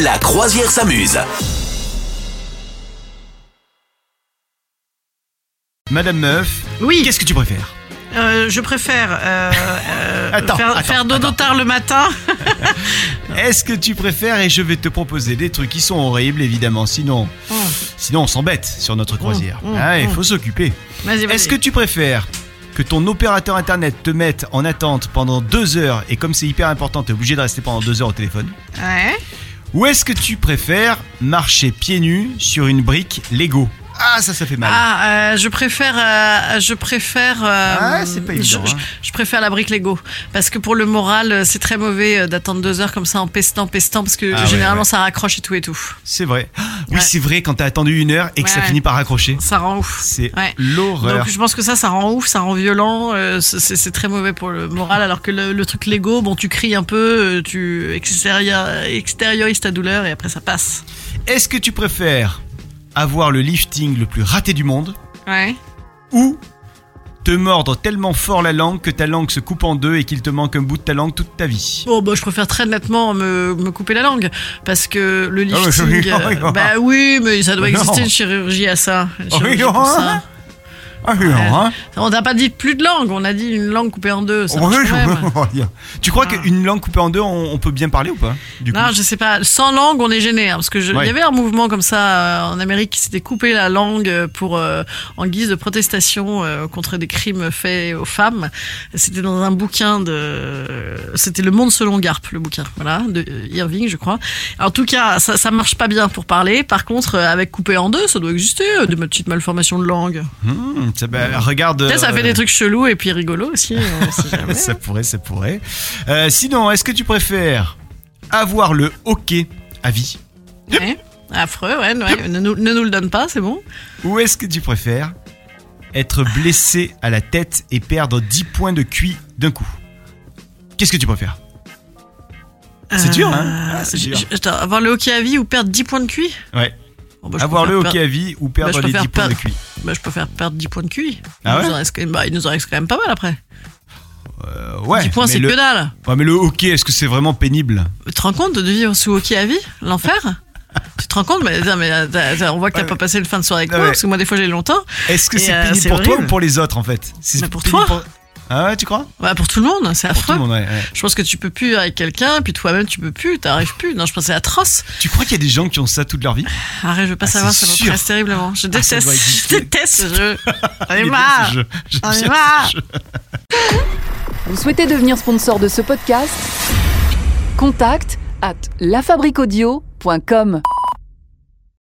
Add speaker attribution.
Speaker 1: La croisière s'amuse.
Speaker 2: Madame Meuf,
Speaker 3: Oui,
Speaker 2: qu'est-ce que tu préfères
Speaker 3: euh, je préfère euh, euh,
Speaker 2: Attends,
Speaker 3: faire,
Speaker 2: attends,
Speaker 3: faire dodo
Speaker 2: attends.
Speaker 3: tard le matin.
Speaker 2: Est-ce que tu préfères et je vais te proposer des trucs qui sont horribles évidemment, sinon
Speaker 3: Oh.
Speaker 2: sinon on s'embête sur notre croisière.
Speaker 3: mmh,
Speaker 2: ah, il
Speaker 3: mmh.
Speaker 2: faut s'occuper.
Speaker 3: Vas-y, vas-y.
Speaker 2: Est-ce que tu préfères que ton opérateur internet te mette en attente pendant deux heures et comme c'est hyper important, t'es obligé de rester pendant deux heures au téléphone
Speaker 3: Ouais.
Speaker 2: Ou est-ce que tu préfères marcher pieds nus sur une brique Lego Ah, ça, ça fait mal.
Speaker 3: Ah, euh, je préfère, euh, je préfère. euh,
Speaker 2: Ah, c'est pas évident,
Speaker 3: je,
Speaker 2: hein.
Speaker 3: je- je préfère la brique Lego parce que pour le moral, euh, c'est très mauvais euh, d'attendre deux heures comme ça en pestant, pestant parce que
Speaker 2: Ah ouais,
Speaker 3: généralement
Speaker 2: ouais.
Speaker 3: ça raccroche et tout et tout.
Speaker 2: C'est vrai. Oui,
Speaker 3: Ah. Ouais.
Speaker 2: c'est vrai quand t'as attendu une heure et que
Speaker 3: Ouais,
Speaker 2: ça
Speaker 3: ouais.
Speaker 2: finit par raccrocher.
Speaker 3: Ça rend ouf.
Speaker 2: C'est
Speaker 3: Ouais.
Speaker 2: l'horreur.
Speaker 3: Donc je pense que ça, ça rend ouf, ça rend violent, euh, c'est- c'est c'est très mauvais pour le moral. Alors que le, le truc Lego, bon, tu cries un peu, euh, tu extérieur- extériorises ta douleur et après ça passe.
Speaker 2: Est-ce que tu préfères avoir le lifting le plus raté du monde
Speaker 3: Ouais.
Speaker 2: ou te mordre tellement fort la langue que ta langue se coupe en deux et qu'il te manque un bout de ta langue toute ta vie
Speaker 3: Bon, bah, je préfère très nettement me, me couper la langue parce que le
Speaker 2: Ah, mais je
Speaker 3: lifting.
Speaker 2: rigole,
Speaker 3: euh,
Speaker 2: rigole.
Speaker 3: bah oui, mais ça doit
Speaker 2: Mais
Speaker 3: exister
Speaker 2: non.
Speaker 3: une chirurgie à ça. Une
Speaker 2: Oh,
Speaker 3: chirurgie
Speaker 2: rigole,
Speaker 3: pour
Speaker 2: hein.
Speaker 3: ça.
Speaker 2: Ah oui,
Speaker 3: hein. On n'a pas dit plus de langue, on a dit une langue coupée en deux. Ça
Speaker 2: Oh,
Speaker 3: marche quand même.
Speaker 2: Tu crois
Speaker 3: Ah.
Speaker 2: qu'une langue coupée en deux, on, on peut bien parler ou pas du coup
Speaker 3: Non, je sais pas. Sans langue, on est gêné. hein, parce que je- il
Speaker 2: Ouais.
Speaker 3: y avait un mouvement comme ça euh, en Amérique qui s'était coupé la langue euh, pour euh, en guise de protestation euh, contre des crimes faits aux femmes. C'était dans un bouquin de, c'était Le Monde selon Garp, le bouquin, voilà, de euh, Irving, je crois. En tout cas, ça, ça marche pas bien pour parler. Par contre, euh, avec coupé en deux, ça doit exister. euh, Des petites malformations de langue.
Speaker 2: Hmm, ça, bah, regarde.
Speaker 3: Peut-être ça
Speaker 2: euh,
Speaker 3: fait des trucs chelous et puis rigolos aussi. on sait jamais.
Speaker 2: ça pourrait, ça pourrait. Euh, sinon, est-ce que tu préfères avoir le hockey à vie
Speaker 3: Ouais. Affreux, ouais, ouais. Ne, nous, ne nous le donne pas, c'est bon.
Speaker 2: Ou est-ce que tu préfères être blessé à la tête et perdre 10 points de QI d'un coup Qu'est-ce que tu préfères C'est dur, hein Ah, c'est
Speaker 3: J-
Speaker 2: dur.
Speaker 3: j- Euh, Attends, avoir le hockey à vie ou perdre 10 points de QI
Speaker 2: Ouais.
Speaker 3: Bon, bah, je
Speaker 2: Avoir le
Speaker 3: préfère
Speaker 2: hockey à vie ou perdre
Speaker 3: Bah, je
Speaker 2: les 10
Speaker 3: préfère
Speaker 2: points de
Speaker 3: perdre.
Speaker 2: QI
Speaker 3: perdre- bah, je préfère perdre 10 points de QI.
Speaker 2: Ah
Speaker 3: il,
Speaker 2: ouais
Speaker 3: nous en reste quand même, bah, il nous en reste quand même pas mal après.
Speaker 2: Euh, ouais,
Speaker 3: 10 points,
Speaker 2: mais
Speaker 3: c'est
Speaker 2: le...
Speaker 3: que dalle.
Speaker 2: Ouais, mais le hockey, est-ce que c'est vraiment pénible
Speaker 3: Tu te rends compte de vivre sous hockey à vie L'enfer Tu te rends compte mais, attends, mais, attends, attends, On voit que t'as
Speaker 2: Ouais,
Speaker 3: pas passé une fin de soirée avec
Speaker 2: Ouais,
Speaker 3: moi,
Speaker 2: ouais.
Speaker 3: parce que moi, des fois, j'ai longtemps.
Speaker 2: Est-ce que
Speaker 3: Et,
Speaker 2: c'est
Speaker 3: euh,
Speaker 2: pénible
Speaker 3: c'est
Speaker 2: pour toi
Speaker 3: horrible.
Speaker 2: ou pour les autres en fait C'est
Speaker 3: Bah, pour
Speaker 2: pénible
Speaker 3: toi.
Speaker 2: Ah ouais, tu crois
Speaker 3: Bah, pour tout le monde, c'est
Speaker 2: Pour tout
Speaker 3: affreux.
Speaker 2: le monde, ouais, ouais.
Speaker 3: Je pense que tu peux plus avec quelqu'un, puis toi-même, tu peux plus, t'arrives plus. Non, je pense que c'est atroce.
Speaker 2: Tu crois qu'il y a des gens qui ont ça toute leur vie
Speaker 3: Arrête, je veux pas
Speaker 2: Ah,
Speaker 3: savoir,
Speaker 2: c'est
Speaker 3: ça me
Speaker 2: sûr.
Speaker 3: presse terriblement. Je
Speaker 2: Ah, ça
Speaker 3: déteste,
Speaker 2: doit
Speaker 3: je
Speaker 2: exister.
Speaker 3: déteste ce jeu. J'en
Speaker 2: Il
Speaker 3: ai
Speaker 2: est bien,
Speaker 3: marre
Speaker 2: ce jeu. J'aime
Speaker 3: J'en ai
Speaker 2: bien ce
Speaker 3: marre
Speaker 2: jeu.
Speaker 4: Vous souhaitez devenir sponsor de ce podcast Contact à lafabriquaudio.com.